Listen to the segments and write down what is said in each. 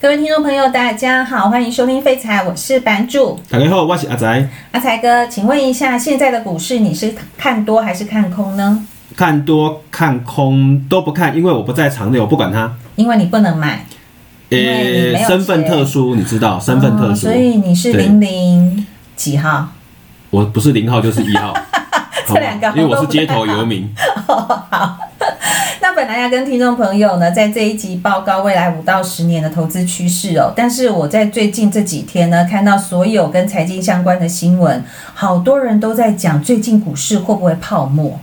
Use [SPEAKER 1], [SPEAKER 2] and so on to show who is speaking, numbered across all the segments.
[SPEAKER 1] 各位听众朋友，大家好，欢迎收听废材，我是版主
[SPEAKER 2] 大家好，我是阿宅。
[SPEAKER 1] 阿才哥，请问一下，现在的股市你是看多还是看空呢？
[SPEAKER 2] 看多看空都不看，因为我不在场内，我不管它。
[SPEAKER 1] 因为你不能买，
[SPEAKER 2] 呃、
[SPEAKER 1] 因为你没有钱
[SPEAKER 2] 身份特殊，你知道，身份特殊。
[SPEAKER 1] 哦所以你是
[SPEAKER 2] 对
[SPEAKER 1] 零零几号？
[SPEAKER 2] 我不是零号就是 一号，
[SPEAKER 1] 这
[SPEAKER 2] 好吧
[SPEAKER 1] 两个我都不太好
[SPEAKER 2] 因为我是街头游民。
[SPEAKER 1] 那本来要跟听众朋友呢，在这一集报告未来五到十年的投资趋势哦，但是我在最近这几天呢，看到所有跟财经相关的新闻，好多人都在讲最近股市会不会泡沫。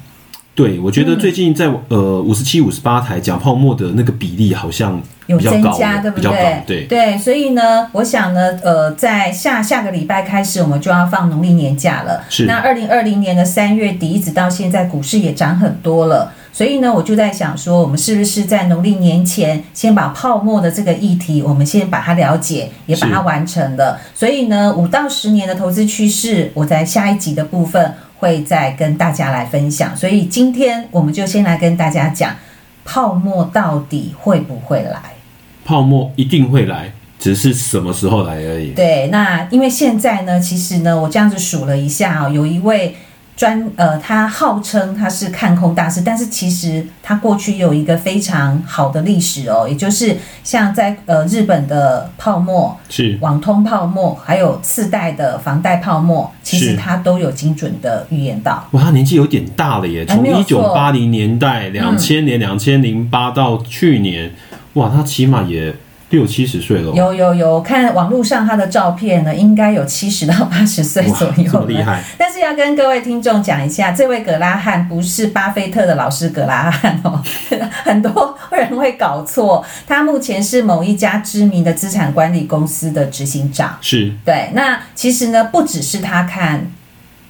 [SPEAKER 2] 对，我觉
[SPEAKER 1] 嗯
[SPEAKER 2] 得最近在呃五十七、五十八台讲泡沫的那个比例好像
[SPEAKER 1] 有
[SPEAKER 2] 比较
[SPEAKER 1] 增
[SPEAKER 2] 高
[SPEAKER 1] 加，
[SPEAKER 2] 了，
[SPEAKER 1] 对不
[SPEAKER 2] 比较高
[SPEAKER 1] 对？。
[SPEAKER 2] 对，
[SPEAKER 1] 所以呢，我想呢，呃，在下下个礼拜开始，我们就要放农历年假了。
[SPEAKER 2] 是
[SPEAKER 1] 那二零二零年的三月底一直到现在，股市也涨很多了。所以呢，我就在想说，我们是不是在农历年前先把泡沫的这个议题，我们先把它了解，也把它
[SPEAKER 2] 是
[SPEAKER 1] 完成了。所以呢，五到十年的投资趋势，我在下一集的部分会再跟大家来分享。所以今天我们就先来跟大家讲，泡沫到底会不会来？
[SPEAKER 2] 泡沫一定会来，只是什么时候来而已。
[SPEAKER 1] 对，那因为现在呢，其实呢，我这样子数了一下哦，有一位专呃，他号称他是看空大师，但是其实他过去有一个非常好的历史哦，也就是像在呃日本的泡沫、
[SPEAKER 2] 是
[SPEAKER 1] 网通泡沫，还有次贷的房贷泡沫，其实
[SPEAKER 2] 是
[SPEAKER 1] 他都有精准的预言到。
[SPEAKER 2] 哇，他年纪有点大了耶，
[SPEAKER 1] 哎
[SPEAKER 2] 从
[SPEAKER 1] 没有
[SPEAKER 2] 一九
[SPEAKER 1] 错嗯
[SPEAKER 2] 八零年代、两千年、两千零八到去年，哇，他起码也六七十岁了哦，
[SPEAKER 1] 有有有，看网络上他的照片呢，应该有七十到八十岁左
[SPEAKER 2] 哇，
[SPEAKER 1] 右
[SPEAKER 2] 这么
[SPEAKER 1] 了
[SPEAKER 2] 厉害，
[SPEAKER 1] 但是要跟各位听众讲一下，这位葛拉汉不是巴菲特的老师葛拉汉哦， 很多人会搞错。他目前是某一家知名的资产管理公司的执行长。
[SPEAKER 2] 是
[SPEAKER 1] 对，那其实呢，不只是他看。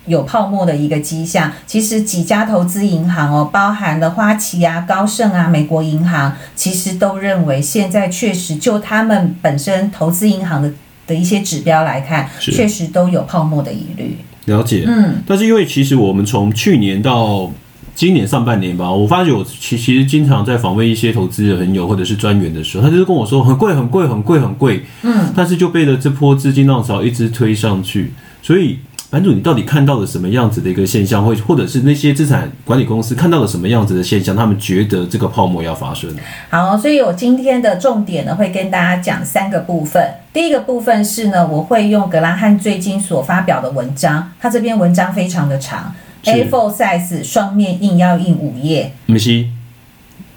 [SPEAKER 1] 有泡沫的一个迹象，其实几家投资银行哦，包含了花旗啊、高盛啊、美国银行，其实都认为现在确实就他们本身投资银行的的一些指标来看，
[SPEAKER 2] 是
[SPEAKER 1] 确实都有泡沫的疑虑。
[SPEAKER 2] 了解。
[SPEAKER 1] 嗯，
[SPEAKER 2] 但是因为其实我们从去年到今年上半年吧，我发觉我其其实经常在访问一些投资人朋友或者是专员的时候，他就是跟我说很贵很贵很贵很贵，嗯，但是就被了这波资金浪潮一直推上去，所以。版主，你到底看到了什么样子的一个现象，或或者是那些资产管理公司看到了什么样子的现象，他们觉得这个泡沫要发生？
[SPEAKER 1] 好，所以我今天的重点呢，会跟大家讲三个部分。第一个部分是呢，我会用格拉汉最近所发表的文章，他这篇文章非常的长
[SPEAKER 2] 是
[SPEAKER 1] ，A4 size 双面印要印五页，
[SPEAKER 2] 梅西，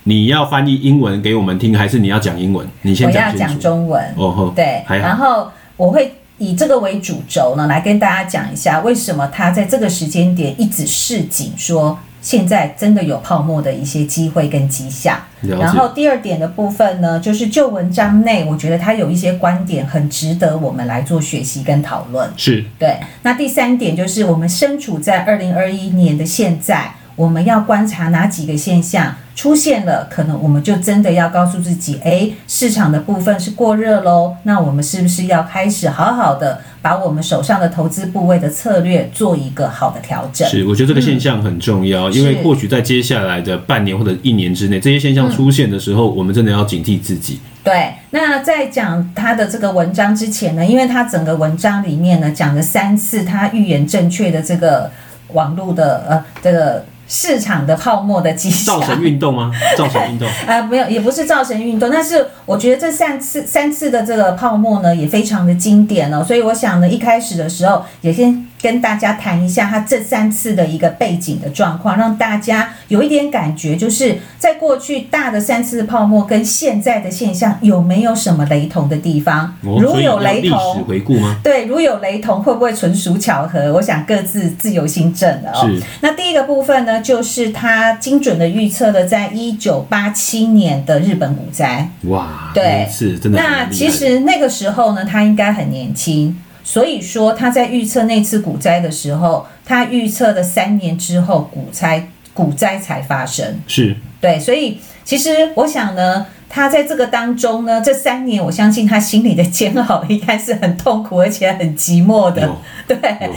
[SPEAKER 2] 你要翻译英文给我们听，还是你要讲英文？你
[SPEAKER 1] 我
[SPEAKER 2] 先
[SPEAKER 1] 要
[SPEAKER 2] 讲清
[SPEAKER 1] 讲
[SPEAKER 2] 楚。
[SPEAKER 1] 中文。
[SPEAKER 2] 哦吼，
[SPEAKER 1] 对，
[SPEAKER 2] 还
[SPEAKER 1] 然
[SPEAKER 2] 好，
[SPEAKER 1] 后我会以这个为主轴呢，来跟大家讲一下为什么他在这个时间点一直示警说。现在真的有泡沫的一些机会跟迹象，
[SPEAKER 2] 了解
[SPEAKER 1] 然后第二点的部分呢，就是就文章内，我觉得他有一些观点很值得我们来做学习跟讨论。
[SPEAKER 2] 是
[SPEAKER 1] 对，那第三点就是我们身处在二零二一年的现在，我们要观察哪几个现象出现了，可能我们就真的要告诉自己，诶，市场的部分是过热喽，那我们是不是要开始好好的把我们手上的投资部位的策略做一个好的调整？
[SPEAKER 2] 是，我觉得这个现象很重要，因为
[SPEAKER 1] 嗯是嗯
[SPEAKER 2] 或许在接下来的半年或者一年之内，这些现象出现的时候，我们真的要警惕自己。
[SPEAKER 1] 对，那在讲他的这个文章之前呢，因为他整个文章里面呢讲了三次他预言正确的这个网络的呃这个市场的泡沫的迹象
[SPEAKER 2] 造。神运动吗？ 造神运动，
[SPEAKER 1] 啊，没有，也不是造成运动，但是我觉得这三次三次的这个泡沫呢，也非常的经典哦，所以我想呢，一开始的时候也先跟大家谈一下它这三次的一个背景的状况，让大家有一点感觉，就是在过去大的三次泡沫跟现在的现象有没有什么雷同的地方？
[SPEAKER 2] 哦
[SPEAKER 1] 如
[SPEAKER 2] 所以
[SPEAKER 1] 有
[SPEAKER 2] 要
[SPEAKER 1] 雷
[SPEAKER 2] 历史
[SPEAKER 1] 同。
[SPEAKER 2] 回顾吗？
[SPEAKER 1] 对，如有雷同，会不会纯属巧合？我想各自自由心证了哦。
[SPEAKER 2] 是
[SPEAKER 1] 那第一个部分呢，就是他精准的预测了在一九八七年的日本股灾。
[SPEAKER 2] 哇，
[SPEAKER 1] 对
[SPEAKER 2] 是真的很厉害。
[SPEAKER 1] 那其实那个时候呢，他应该很年轻，所以说他在预测那次股灾的时候，他预测了三年之后股灾股灾才发生。
[SPEAKER 2] 是
[SPEAKER 1] 对，所以其实我想呢。他在这个当中呢，这三年，我相信他心里的煎熬应该是很痛苦，而且很寂寞的。
[SPEAKER 2] 有
[SPEAKER 1] 对，
[SPEAKER 2] 哦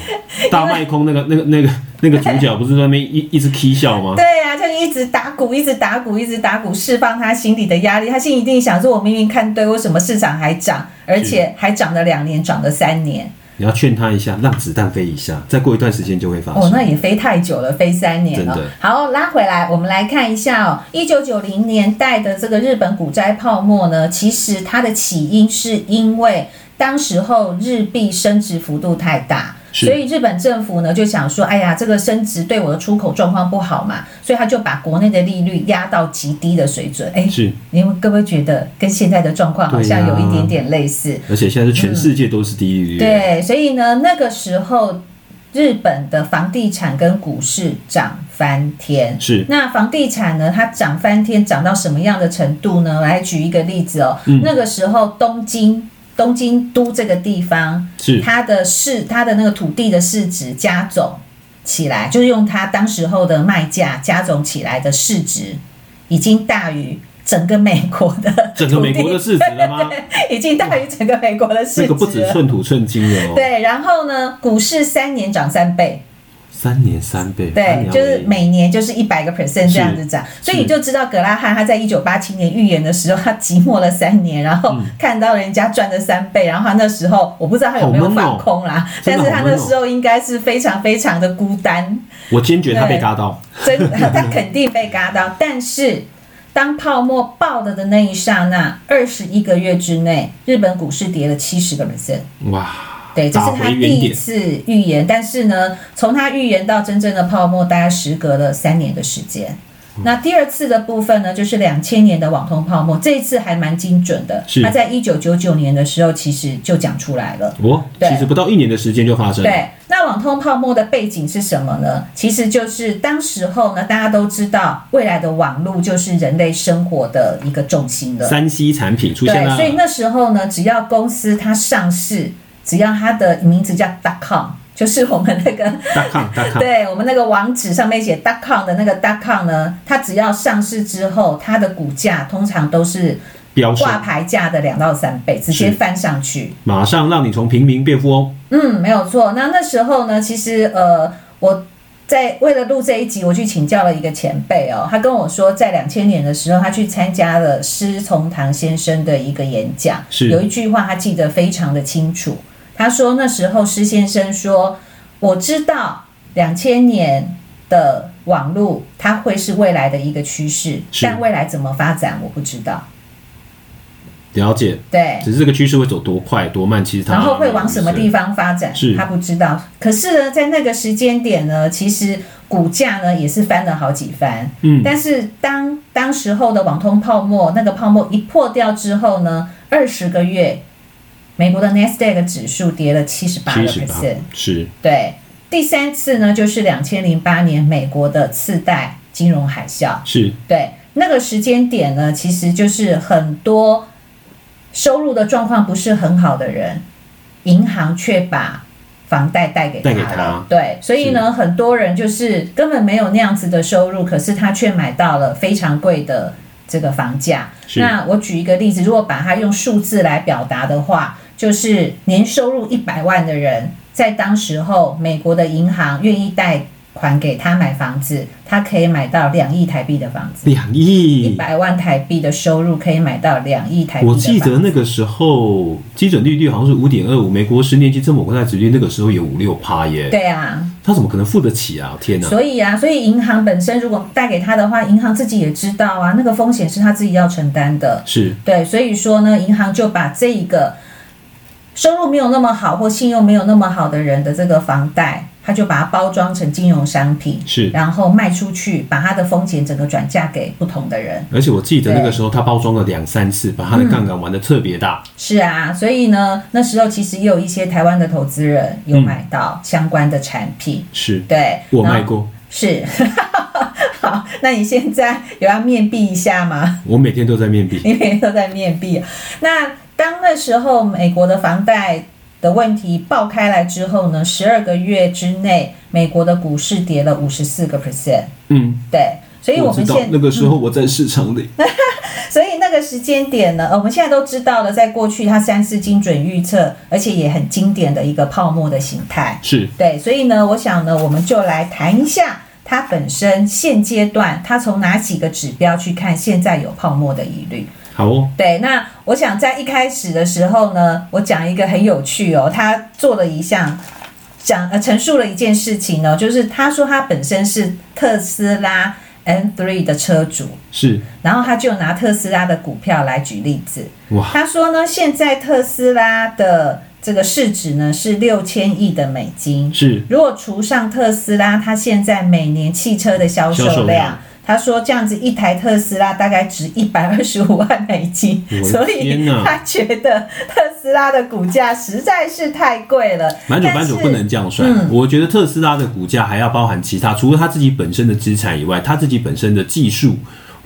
[SPEAKER 2] 有大卖空那个那个那个那个主角不是在那边一一直 k 笑吗？
[SPEAKER 1] 对呀、啊，他就一直打鼓，一直打鼓，一直打鼓，释放他心里的压力。他心里一定想说：“我明明看对，为什么市场还涨，而且还涨了两年，涨了三年？”
[SPEAKER 2] 你要劝他一下，让子弹飞一下，再过一段时间就会发生。
[SPEAKER 1] 哦，那也飞太久了，飞三年了、
[SPEAKER 2] 真的
[SPEAKER 1] 好，拉回来，我们来看一下哦，一九九零年代的这个日本股灾泡沫呢，其实它的起因是因为当时候日币升值幅度太大。
[SPEAKER 2] 是
[SPEAKER 1] 所以日本政府呢就想说，哎呀，这个升值对我的出口状况不好嘛，所以他就把国内的利率压到极低的水准。哎，
[SPEAKER 2] 是，
[SPEAKER 1] 你们各位觉得跟现在的状况好像有一点点类似？
[SPEAKER 2] 而且现在是全世界都是低利率。，
[SPEAKER 1] 嗯对，所以呢，那个时候日本的房地产跟股市涨翻天。
[SPEAKER 2] 是
[SPEAKER 1] 那房地产呢，它涨翻天，涨到什么样的程度呢？来举一个例子哦，
[SPEAKER 2] 嗯
[SPEAKER 1] 那个时候东京。东京都这个地方，
[SPEAKER 2] 是
[SPEAKER 1] 它的市，它的那个土地的市值加总起来，就是用它当时候的卖价加总起来的市值，已经大于整个美国的，
[SPEAKER 2] 整个美国的市值 了吗？
[SPEAKER 1] 已经大于整个美国的市值
[SPEAKER 2] 那
[SPEAKER 1] 了。
[SPEAKER 2] 个不止寸土寸金了哦，
[SPEAKER 1] 对，然后呢，股市三年涨三倍，
[SPEAKER 2] 三年三倍，
[SPEAKER 1] 对，就是
[SPEAKER 2] 美
[SPEAKER 1] 每年就是一百个 percent 这样子涨，
[SPEAKER 2] 是
[SPEAKER 1] 所以你就知道格拉汉他在一九八七年预言的时候，他寂寞了三年，然
[SPEAKER 2] 嗯
[SPEAKER 1] 后看到人家赚了三倍，然后他那时候我不知道他有没有
[SPEAKER 2] 好闷哦
[SPEAKER 1] 放空啦，
[SPEAKER 2] 真
[SPEAKER 1] 但
[SPEAKER 2] 的
[SPEAKER 1] 是
[SPEAKER 2] 好
[SPEAKER 1] 他
[SPEAKER 2] 闷
[SPEAKER 1] 那
[SPEAKER 2] 哦
[SPEAKER 1] 时候应该是非常非常的孤单，
[SPEAKER 2] 我坚决他被嘎到，
[SPEAKER 1] 真 的，他肯定被嘎到。但是当泡沫爆了的那一刹那，二十一个月之内，日本股市跌了七十个 percent。
[SPEAKER 2] 哇，
[SPEAKER 1] 对，这是
[SPEAKER 2] 打
[SPEAKER 1] 他
[SPEAKER 2] 回
[SPEAKER 1] 第
[SPEAKER 2] 原
[SPEAKER 1] 一
[SPEAKER 2] 点，
[SPEAKER 1] 次预言，但是呢，从他预言到真正的泡沫，大概时隔了三年的时间。
[SPEAKER 2] 嗯
[SPEAKER 1] 那第二次的部分呢，就是两千年的网通泡沫，这一次还蛮精准的
[SPEAKER 2] 是。
[SPEAKER 1] 他在一九九九年的时候，其实就讲出来了。
[SPEAKER 2] 哦，
[SPEAKER 1] 对
[SPEAKER 2] 其实不到一年的时间就发生了，
[SPEAKER 1] 对，那网通泡沫的背景是什么呢？其实就是当时候呢，大家都知道，未来的网络就是人类生活的一个重心了。
[SPEAKER 2] 三 C 产品出现
[SPEAKER 1] 对，
[SPEAKER 2] 了
[SPEAKER 1] 所，以那时候呢，只要公司它上市，只要它的名字叫 .com，就是我们那 个
[SPEAKER 2] 大抗大 抗，
[SPEAKER 1] 对我们那个网址上面写 .com 的那个 .com 呢，它只要上市之后，它的股价通常都是
[SPEAKER 2] 飙升，
[SPEAKER 1] 挂牌价的两到三倍，直接翻上去。
[SPEAKER 2] 马上让你从平民变富翁，
[SPEAKER 1] 嗯，没有错。那那时候呢，其实呃，我。在为了录这一集，我去请教了一个前辈哦，他跟我说，在两千年的时候，他去参加了施从堂先生的一个演讲，
[SPEAKER 2] 是
[SPEAKER 1] 有一句话他记得非常的清楚。他说那时候施先生说：“我知道两千年的网络它会是未来的一个趋势，
[SPEAKER 2] 是
[SPEAKER 1] 但未来怎么发展我不知道。
[SPEAKER 2] 了解，”
[SPEAKER 1] 对，
[SPEAKER 2] 只是这个趋势会走多快多慢，其实他
[SPEAKER 1] 然后会往什么地
[SPEAKER 2] 方？
[SPEAKER 1] 方发展，
[SPEAKER 2] 是
[SPEAKER 1] 他不知道。可是呢，在那个时间点呢，其实股价呢也是翻了好几番。
[SPEAKER 2] 嗯
[SPEAKER 1] 但是当当时候的网通泡沫，那个泡沫一破掉之后呢，二十个月，美国的 n a s d a q 指数跌了七十八个
[SPEAKER 2] 七十八
[SPEAKER 1] percent。
[SPEAKER 2] 是
[SPEAKER 1] 对，第三次呢就是两千零八年美国的次贷金融海啸。
[SPEAKER 2] 是
[SPEAKER 1] 对，那个时间点呢，其实就是很多收入的状况不是很好的人，银行却把房贷贷给他
[SPEAKER 2] 贷给
[SPEAKER 1] 了
[SPEAKER 2] 他
[SPEAKER 1] 对，所以呢，很多人就是根本没有那样子的收入，可是他却买到了非常贵的这个房价。
[SPEAKER 2] 是
[SPEAKER 1] 那我举一个例子，如果把它用数字来表达的话，就是年收入一百万的人，在当时候美国的银行愿意贷款给他买房子，他可以买到两亿台币的房子。
[SPEAKER 2] 两
[SPEAKER 1] 一
[SPEAKER 2] 亿。
[SPEAKER 1] 百万台币的收入可以买到两亿台币的
[SPEAKER 2] 我
[SPEAKER 1] 房子。
[SPEAKER 2] 记得那个时候基准利率好像是五点二五，美国十年期政府国债殖利率那个时候有五六趴耶，
[SPEAKER 1] 对啊，
[SPEAKER 2] 他怎么可能付得起啊？天哪！
[SPEAKER 1] 所以啊，所以银行本身如果贷给他的话，银行自己也知道啊，那个风险是他自己要承担的。
[SPEAKER 2] 是
[SPEAKER 1] 对，所以说呢，银行就把这一个收入没有那么好或信用没有那么好的人的这个房贷，他就把它包装成金融商品，
[SPEAKER 2] 是
[SPEAKER 1] 然后卖出去，把它的风险整个转嫁给不同的人。
[SPEAKER 2] 而且我记得那个时候他包装了两三次，把他的杠杆玩得特别大。
[SPEAKER 1] 是啊，所以呢，那时候其实也有一些台湾的投资人有买到相关的产品，
[SPEAKER 2] 是
[SPEAKER 1] 对，
[SPEAKER 2] 我
[SPEAKER 1] 然后
[SPEAKER 2] 卖过，
[SPEAKER 1] 是。 好，那你现在有要面壁一下吗？
[SPEAKER 2] 我每天都在面壁。
[SPEAKER 1] 你每天都在面壁。那当那时候美国的房贷的问题爆开来之后呢，十二个月之内，美国的股市跌了五十四个 percent。
[SPEAKER 2] 嗯，
[SPEAKER 1] 哎对，所以我
[SPEAKER 2] 我
[SPEAKER 1] 们
[SPEAKER 2] 知道
[SPEAKER 1] 现嗯
[SPEAKER 2] 那个时候我在市场里，
[SPEAKER 1] 所以那个时间点呢，呃，我们现在都知道了，在过去它三次精准预测，而且也很经典的一个泡沫的形态。
[SPEAKER 2] 是
[SPEAKER 1] 对，所以呢，我想呢，我们就来谈一下它本身现阶段它从哪几个指标去看现在有泡沫的疑虑。
[SPEAKER 2] 好哦，
[SPEAKER 1] 对，那我想在一开始的时候呢，我讲一个很有趣哦，他做了一项讲呃陈述了一件事情哦，就是他说他本身是特斯拉 M3 的车主，
[SPEAKER 2] 是
[SPEAKER 1] 然后他就拿特斯拉的股票来举例子，
[SPEAKER 2] 哇，
[SPEAKER 1] 他说呢，现在特斯拉的这个市值呢是六千亿的美金，
[SPEAKER 2] 是
[SPEAKER 1] 如果除上特斯拉，它现在每年汽车的销售
[SPEAKER 2] 销售
[SPEAKER 1] 量，
[SPEAKER 2] 量
[SPEAKER 1] 他说这样子一台特斯拉大概值一百二十五万美金
[SPEAKER 2] 我，的
[SPEAKER 1] 所
[SPEAKER 2] 天
[SPEAKER 1] 以
[SPEAKER 2] 哪
[SPEAKER 1] 他觉得特斯拉的股价实在是太贵了。
[SPEAKER 2] 版主
[SPEAKER 1] 但
[SPEAKER 2] 版主
[SPEAKER 1] 是嗯
[SPEAKER 2] 不能这样算。我觉得特斯拉的股价还要包含其他，除了他自己本身的资产以外，他自己本身的技术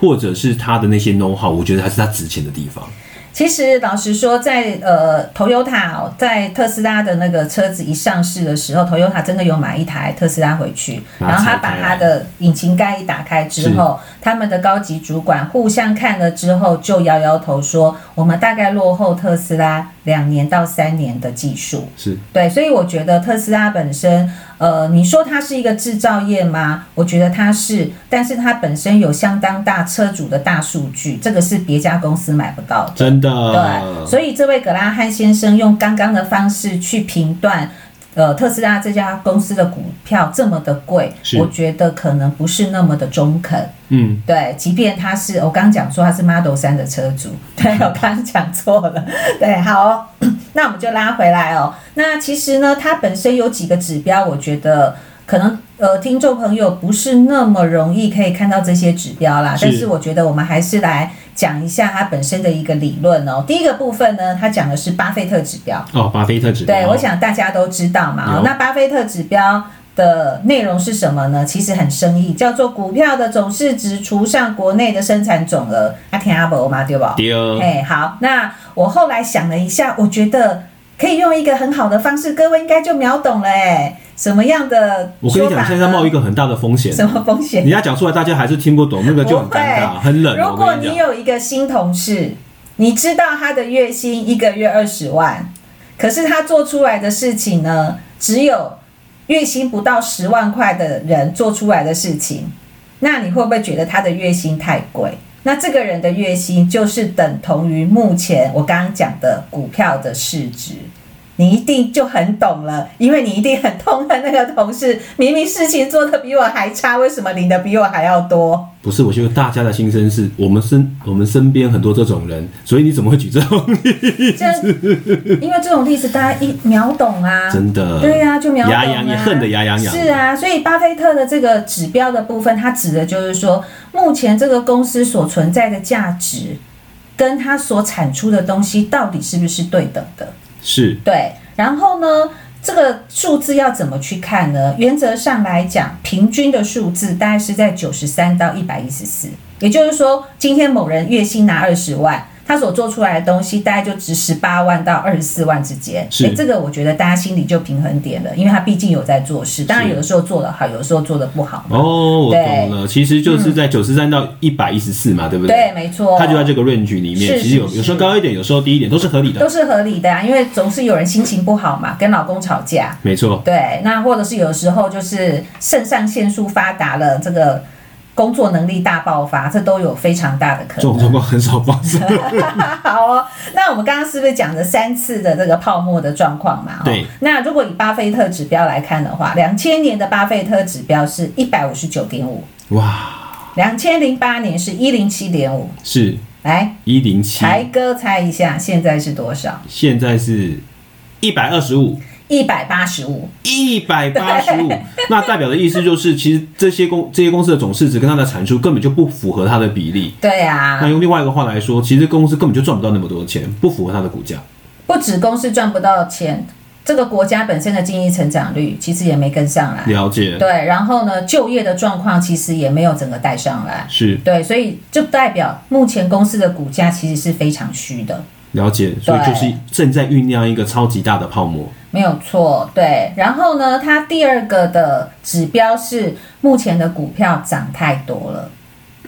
[SPEAKER 2] 或者是他的那些 know how，我觉得还是他值钱的地方。
[SPEAKER 1] 其实老实说，在呃，Toyota 哦在特斯拉的那个车子一上市的时候，Toyota 真的有买一台特斯拉回去，
[SPEAKER 2] 把它
[SPEAKER 1] 然后他
[SPEAKER 2] 拆开
[SPEAKER 1] 把
[SPEAKER 2] 来
[SPEAKER 1] 他的引擎盖一打开之后，他们的高级主管互相看了之后，就摇摇头说：“我们大概落后特斯拉两年到三年的技术。”
[SPEAKER 2] 是
[SPEAKER 1] 对，所以我觉得特斯拉本身，呃，你说它是一个制造业吗？我觉得它是，但是它本身有相当大车主的大数据，这个是别家公司买不到的。
[SPEAKER 2] 真
[SPEAKER 1] 对，
[SPEAKER 2] 的，
[SPEAKER 1] 所以这位格拉汉先生用刚刚的方式去评断，呃，特斯拉这家公司的股票这么的贵
[SPEAKER 2] 是，
[SPEAKER 1] 我觉得可能不是那么的中肯。
[SPEAKER 2] 嗯，
[SPEAKER 1] 对，即便他是我刚刚讲说他是 Model 三的车主， 对我刚刚讲错了。 对，好哦、 那我们就拉回来哦。那其实呢，它本身有几个指标，我觉得可能呃，听众朋友不是那么容易可以看到这些指标啦。
[SPEAKER 2] 是
[SPEAKER 1] 但是我觉得我们还是来讲一下它本身的一个理论哦。第一个部分呢，它讲的是巴菲特指标。
[SPEAKER 2] 哦，巴菲特指标，
[SPEAKER 1] 对，我想大家都知道嘛。哦
[SPEAKER 2] 有，
[SPEAKER 1] 那巴菲特指标的内容是什么呢？其实很生意，叫做股票的总市值除上国内的生产总额。啊，听阿伯嘛，对吧？
[SPEAKER 2] 第二，
[SPEAKER 1] 哎，好，那我后来想了一下，我觉得可以用一个很好的方式，各位应该就秒懂了哎，什么样的
[SPEAKER 2] 我跟你讲，现在冒一
[SPEAKER 1] 个
[SPEAKER 2] 个很大的风险，
[SPEAKER 1] 什么风 险？
[SPEAKER 2] 你要讲出来，大家还是听不懂，那个就很尴尬，很冷。
[SPEAKER 1] 如
[SPEAKER 2] 我
[SPEAKER 1] 果
[SPEAKER 2] 跟
[SPEAKER 1] 你
[SPEAKER 2] 你讲，
[SPEAKER 1] 有一个新同事，你知道他的月薪一个月二十万，可是他做出来的事情呢，只有月薪不到十万块的人做出来的事情，那你会不会觉得他的月薪太贵？那这个人的月薪就是等同于目前我刚刚讲的股票的市值。你一定就很懂了，因为你一定很痛恨那个同事，明明事情做得比我还差，为什么领的比我还要多？
[SPEAKER 2] 不是，我觉得大家的心声是我们身我们身边很多这种人，所以你怎么会举这种
[SPEAKER 1] 啊
[SPEAKER 2] 例
[SPEAKER 1] 这样，因为这种例子大家一秒懂啊，
[SPEAKER 2] 真的，
[SPEAKER 1] 对呀、就秒懂、啊、
[SPEAKER 2] 牙痒痒，恨得牙痒痒。
[SPEAKER 1] 是，啊，所以巴菲特的这个指标的部分，它指的就是说，目前这个公司所存在的价值，跟它所产出的东西到底是不是对等的？
[SPEAKER 2] 是
[SPEAKER 1] 对，然后呢，这个数字要怎么去看呢？原则上来讲，平均的数字大概是在九十三到一百一十四，也就是说，今天某人月薪拿二十万。他所做出来的东西大概就值十八万到二十四万之间，
[SPEAKER 2] 是
[SPEAKER 1] 诶这个我觉得大家心里就平衡点了，因为他毕竟有在做事，当然有的时候做得好，有的时候做得不好嘛。
[SPEAKER 2] 哦，我
[SPEAKER 1] 对嗯
[SPEAKER 2] 懂了，其实就是在九十三到一百一十四嘛，对不
[SPEAKER 1] 对，？没错，
[SPEAKER 2] 它就在这个 range 里面，
[SPEAKER 1] 是
[SPEAKER 2] 其实有
[SPEAKER 1] 是
[SPEAKER 2] 有时候高一点，有时候低一点，都是合理的
[SPEAKER 1] 都。是合理的啊，因为总是有人心情不好嘛，跟老公吵架，
[SPEAKER 2] 没错，
[SPEAKER 1] 对，那或者是有时候就是肾上腺素发达了，这个工作能力大爆发，这都有非常大的可
[SPEAKER 2] 这种
[SPEAKER 1] 能。
[SPEAKER 2] 状况很少发生。
[SPEAKER 1] 好哦，那我们刚刚是不是讲了三次的这个泡沫的状况嘛？哦
[SPEAKER 2] 对。
[SPEAKER 1] 那如果以巴菲特指标来看的话，两千年的巴菲特指标是一百五十九点五，
[SPEAKER 2] 哇，
[SPEAKER 1] 两千零八年是一零七点五。
[SPEAKER 2] 是
[SPEAKER 1] 来，
[SPEAKER 2] 一零七，
[SPEAKER 1] 才哥猜一下，现在是多少？
[SPEAKER 2] 现在是一百二十五。
[SPEAKER 1] 一百八十五。
[SPEAKER 2] 一百八十 五，那代表的意思就是，其实这些公这些公司的总市值跟它的产出根本就不符合它的比例。
[SPEAKER 1] 对啊。
[SPEAKER 2] 那用另外一个话来说，其实公司根本就赚不到那么多钱，不符合它的股价。
[SPEAKER 1] 不止公司赚不到钱，这个国家本身的经济成长率其实也没跟上来。
[SPEAKER 2] 了解，
[SPEAKER 1] 对，然后呢，就业的状况其实也没有整个带上来。
[SPEAKER 2] 是
[SPEAKER 1] 对，所以就代表目前公司的股价其实是非常虚的，
[SPEAKER 2] 了解，所以
[SPEAKER 1] 对
[SPEAKER 2] 就是正在酝酿一个超级大的泡沫。
[SPEAKER 1] 没有错。对，然后呢，它第二个的指标是目前的股票涨太多了。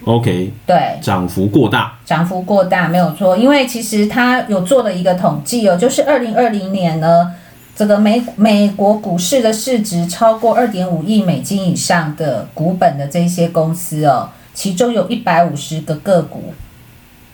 [SPEAKER 2] OK，
[SPEAKER 1] 对，
[SPEAKER 2] 涨幅过大，
[SPEAKER 1] 涨幅过大，没有错。因为其实他有做了一个统计哦，就是二零二零年呢，这个美美国股市的市值超过二点五亿美金以上的股本的这些公司哦，其中有一百五十个个股，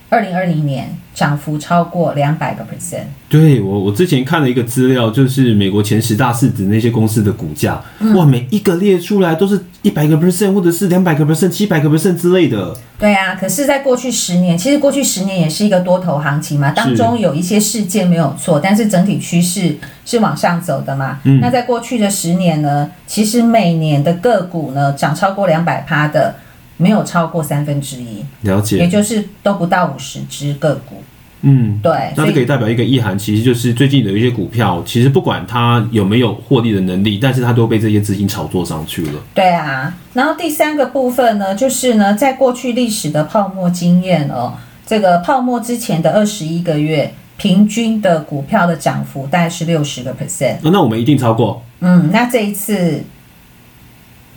[SPEAKER 1] 二零二零年涨幅超过两百个 percent。
[SPEAKER 2] 对我我之前看了一个资料，就是美国前十大市值那些公司的股价，
[SPEAKER 1] 嗯
[SPEAKER 2] 哇，每一个列出来都是一百个 percent 或者是两百个 percent、七百个 percent 之类的，
[SPEAKER 1] 对啊，可是，在过去十年，其实过去十年也是一个多头行情嘛，当中有一些事件没有错，但是整体趋势是往上走的嘛。
[SPEAKER 2] 嗯
[SPEAKER 1] 那在过去的十年呢，其实每年的个股呢涨超过两百趴的，没有超过三分之一，
[SPEAKER 2] 了
[SPEAKER 1] 也
[SPEAKER 2] 解，
[SPEAKER 1] 就是都不到五十只个股。
[SPEAKER 2] 嗯。
[SPEAKER 1] 对，
[SPEAKER 2] 那
[SPEAKER 1] 哎所
[SPEAKER 2] 这个
[SPEAKER 1] 以
[SPEAKER 2] 也代表一个意涵，其实就是最近的一些股票，其实不管它有没有获利的能力，但是它都被这些资金炒作上去了。
[SPEAKER 1] 对啊。然后第三个部分呢，就是呢，在过去历史的泡沫经验哦，这个泡沫之前的二十一个月，平均的股票的涨幅大概是六十个 percent。
[SPEAKER 2] 啊那我们一定超过，
[SPEAKER 1] 嗯，那这一次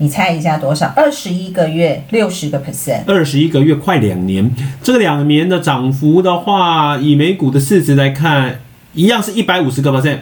[SPEAKER 1] 你猜一下多少？二十一个月，六十个 percent。
[SPEAKER 2] 二十一个月，快两年。这个两年的涨幅的话，以美股的市值来看，一样是一百五十个 percent，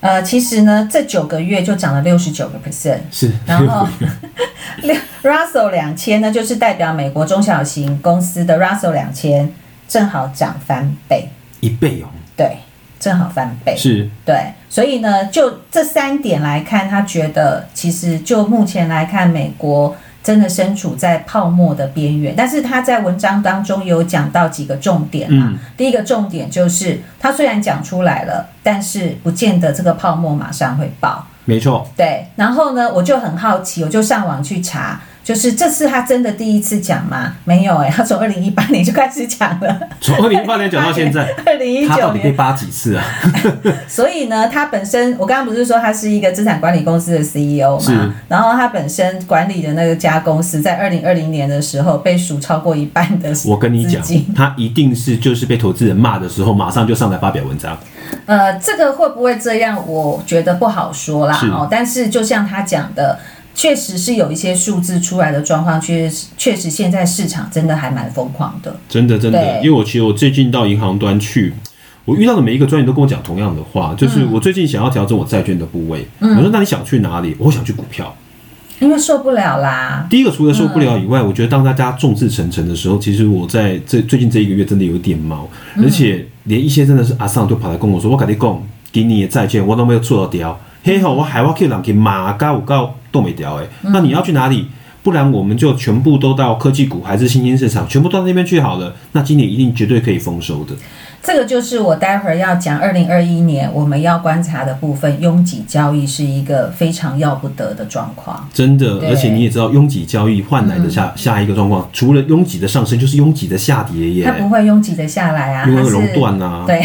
[SPEAKER 1] 呃，其实呢，这九个月就涨了六十九个 percent。
[SPEAKER 2] 是。
[SPEAKER 1] 然后 六 Russell 两千呢，就是代表美国中小型公司的 Russell 两千，正好涨翻倍，
[SPEAKER 2] 一倍哦，
[SPEAKER 1] 对，正好翻倍，
[SPEAKER 2] 是
[SPEAKER 1] 对。所以呢，就这三点来看，他觉得其实就目前来看，美国真的身处在泡沫的边缘。但是他在文章当中有讲到几个重点啊，
[SPEAKER 2] 嗯
[SPEAKER 1] 第一个重点就是，它虽然讲出来了，但是不见得这个泡沫马上会爆。
[SPEAKER 2] 没错，
[SPEAKER 1] 对，然后呢，我就很好奇，我就上网去查，就是这是他真的第一次讲吗？没有哎、他从二零一八年就开始讲了，
[SPEAKER 2] 从二零一八年讲到现在，
[SPEAKER 1] 二零一
[SPEAKER 2] 它
[SPEAKER 1] 九
[SPEAKER 2] 到底被
[SPEAKER 1] 年。
[SPEAKER 2] 扒几次啊？
[SPEAKER 1] 所以呢，他本身我刚刚不是说他是一个资产管理公司的 CEO
[SPEAKER 2] 是
[SPEAKER 1] 嘛，然后他本身管理的那个家公司在二零二零年的时候被赎超过一半的资金。
[SPEAKER 2] 我跟你讲，它一定是就是被投资人骂的时候，马上就上来发表文章。
[SPEAKER 1] 呃，这个会不会这样？我觉得不好说啦
[SPEAKER 2] 是。
[SPEAKER 1] 哦，但是就像他讲的，确实是有一些数字出来的状况，确实确实现在市场真的还蛮疯狂的。
[SPEAKER 2] 真的真的，
[SPEAKER 1] 对
[SPEAKER 2] 因为我其实我最近到银行端去，我遇到的每一个专员都跟我讲同样的话，就是我最近想要调整我债券的部位。我说那你想去哪里？我想去股票。
[SPEAKER 1] 因为受不了啦。
[SPEAKER 2] 第一个除了受不
[SPEAKER 1] 嗯
[SPEAKER 2] 了以外，我觉得当大家众志成城的时候，其实我在这最近这一个月真的有一点毛，
[SPEAKER 1] 嗯
[SPEAKER 2] 而且连一些真的是阿桑都跑来跟我说，我跟你讲，给你的债券我都没有做到掉，嘿
[SPEAKER 1] 嗯
[SPEAKER 2] 吼，我海外去人给马高高都没掉哎，那你要去哪里？不然我们就全部都到科技股还是新兴市场，全部到那边去好了。那今年一定绝对可以丰收的。
[SPEAKER 1] 这个就是我待会儿要讲二零二一年我们要观察的部分，拥挤交易是一个非常要不得的状况。
[SPEAKER 2] 真的，
[SPEAKER 1] 对嗯
[SPEAKER 2] 而且你也知道，拥挤交易换来的下、下一个状况，除了拥挤的上升，就是拥挤的下跌
[SPEAKER 1] 它
[SPEAKER 2] 耶
[SPEAKER 1] 不，会拥挤的下来啊，
[SPEAKER 2] 因为
[SPEAKER 1] 它
[SPEAKER 2] 会
[SPEAKER 1] 是
[SPEAKER 2] 熔断啊，
[SPEAKER 1] 对，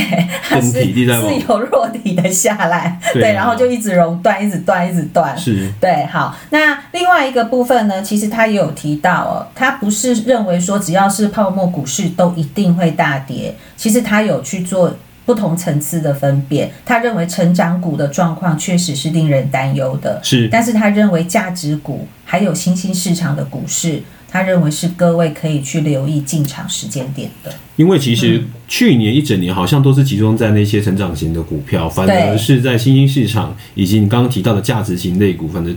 [SPEAKER 1] 它是
[SPEAKER 2] 跟体力在往
[SPEAKER 1] 自由落体的下来，
[SPEAKER 2] 对啊
[SPEAKER 1] 对，然后就一直熔断，一直断，一直断。
[SPEAKER 2] 是
[SPEAKER 1] 对，好，那另外一个部分呢，其实他也有提到哦，他不是认为说只要是泡沫股市都一定会大跌，其实他有去做不同层次的分辨。他认为成长股的状况确实是令人担忧的，
[SPEAKER 2] 是
[SPEAKER 1] 但是他认为价值股还有新兴市场的股市，他认为是各位可以去留意进场时间点的。
[SPEAKER 2] 因为其实
[SPEAKER 1] 嗯
[SPEAKER 2] 去年一整年好像都是集中在那些成长型的股票，反而
[SPEAKER 1] 对
[SPEAKER 2] 是在新兴市场以及你刚刚提到的价值型类股，反正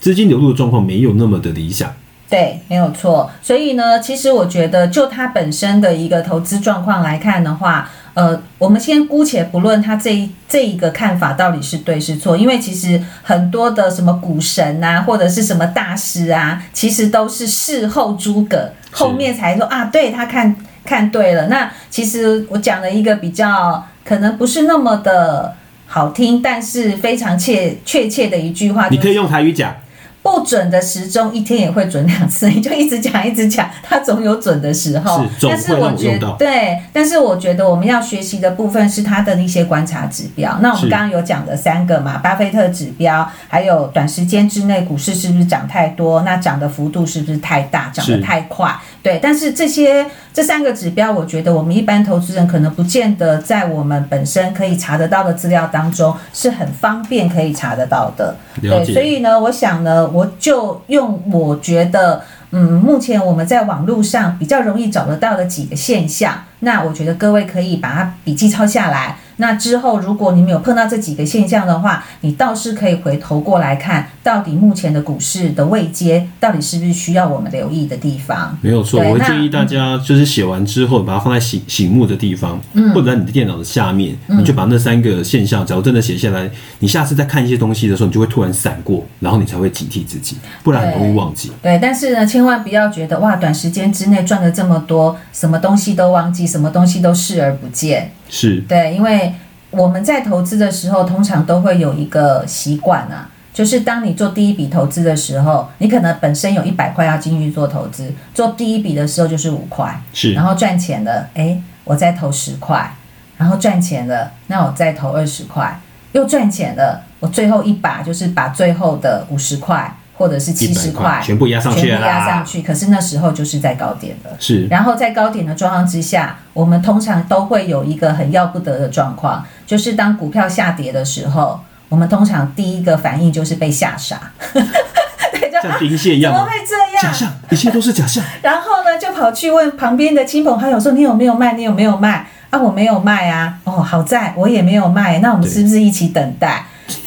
[SPEAKER 2] 资金流入的状况没有那么的理想。
[SPEAKER 1] 啊对，没有错。所以呢，其实我觉得，就它本身的一个投资状况来看的话，呃，我们先姑且不论它这一这一个看法到底是对是错，因为其实很多的什么股神啊，或者是什么大师啊，其实都是事后诸葛，
[SPEAKER 2] 是
[SPEAKER 1] 后面才说啊，对他看看对了。那其实我讲了一个比较可能不是那么的好听，但是非常切确切的一句话，
[SPEAKER 2] 你
[SPEAKER 1] 就是
[SPEAKER 2] 可以用台语讲，
[SPEAKER 1] 不准的时钟一天也会准两次， 你就一直讲一直讲，它总有准的时候。
[SPEAKER 2] 是总
[SPEAKER 1] 但是
[SPEAKER 2] 会让
[SPEAKER 1] 我
[SPEAKER 2] 我
[SPEAKER 1] 觉
[SPEAKER 2] 用
[SPEAKER 1] 得
[SPEAKER 2] 到
[SPEAKER 1] 对，但是我觉得我们要学习的部分是它的一些观察指标。那我
[SPEAKER 2] 是
[SPEAKER 1] 们刚刚有讲的三个嘛，巴菲特指标，还有短时间之内股市是不是涨太多，那涨的幅度是不是太大，涨
[SPEAKER 2] 是
[SPEAKER 1] 得太快。对，但是这些这三个指标，我觉得我们一般投资人可能不见得在我们本身可以查得到的资料当中是很方便可以查得到的。对，
[SPEAKER 2] 了
[SPEAKER 1] 所
[SPEAKER 2] 解。
[SPEAKER 1] 以呢，我想呢，我就用我觉得嗯，目前我们在网络上比较容易找得到的几个现象，那我觉得各位可以把它笔记抄下来。那之后，如果你们有碰到这几个现象的话，你倒是可以回头过来看，到底目前的股市的位阶到底是不是需要我们留意的地方。
[SPEAKER 2] 没有错，
[SPEAKER 1] 对
[SPEAKER 2] 我会
[SPEAKER 1] 那
[SPEAKER 2] 建议大家就是写完之后，把它放在醒醒目的地方，
[SPEAKER 1] 嗯
[SPEAKER 2] 或者在你的电脑的下面，你就把那三个现象，假如真的写下来，你下次再看一些东西的时候，你就会突然闪过，然后你才会警惕自己，不然很容易忘记。
[SPEAKER 1] 对，但是呢，千万不要觉得哇，短时间之内赚了这么多，什么东西都忘记，什么东西都视而不见。
[SPEAKER 2] 是，
[SPEAKER 1] 对，因为我们在投资的时候，通常都会有一个习惯啊，就是当你做第一笔投资的时候，你可能本身有一百块要进去做投资，做第一笔的时候就是五块，
[SPEAKER 2] 是
[SPEAKER 1] 然后赚钱了，诶，我再投十块，然后赚钱了，那我再投二十块，又赚钱了，我最后一把就是把最后的五十块或者是七十
[SPEAKER 2] 100块全部压上去
[SPEAKER 1] 全部压
[SPEAKER 2] 啦
[SPEAKER 1] 上去，可是那时候就是在高点了。
[SPEAKER 2] 是，
[SPEAKER 1] 然后在高点的状况之下，我们通常都会有一个很要不得的状况，就是当股票下跌的时候，我们通常第一个反应就是被吓傻， 对，就啊
[SPEAKER 2] 像丁蟹一
[SPEAKER 1] 怎
[SPEAKER 2] 样啊
[SPEAKER 1] 么
[SPEAKER 2] 吗
[SPEAKER 1] 会？这
[SPEAKER 2] 假
[SPEAKER 1] 样？
[SPEAKER 2] 象，一切都是假象。
[SPEAKER 1] 然后呢，就跑去问旁边的亲朋好友说：“你有没有卖？你有没有卖？”啊，我没有卖啊。哦，好在我也没有卖，那我们
[SPEAKER 2] 对
[SPEAKER 1] 是不是一起等待？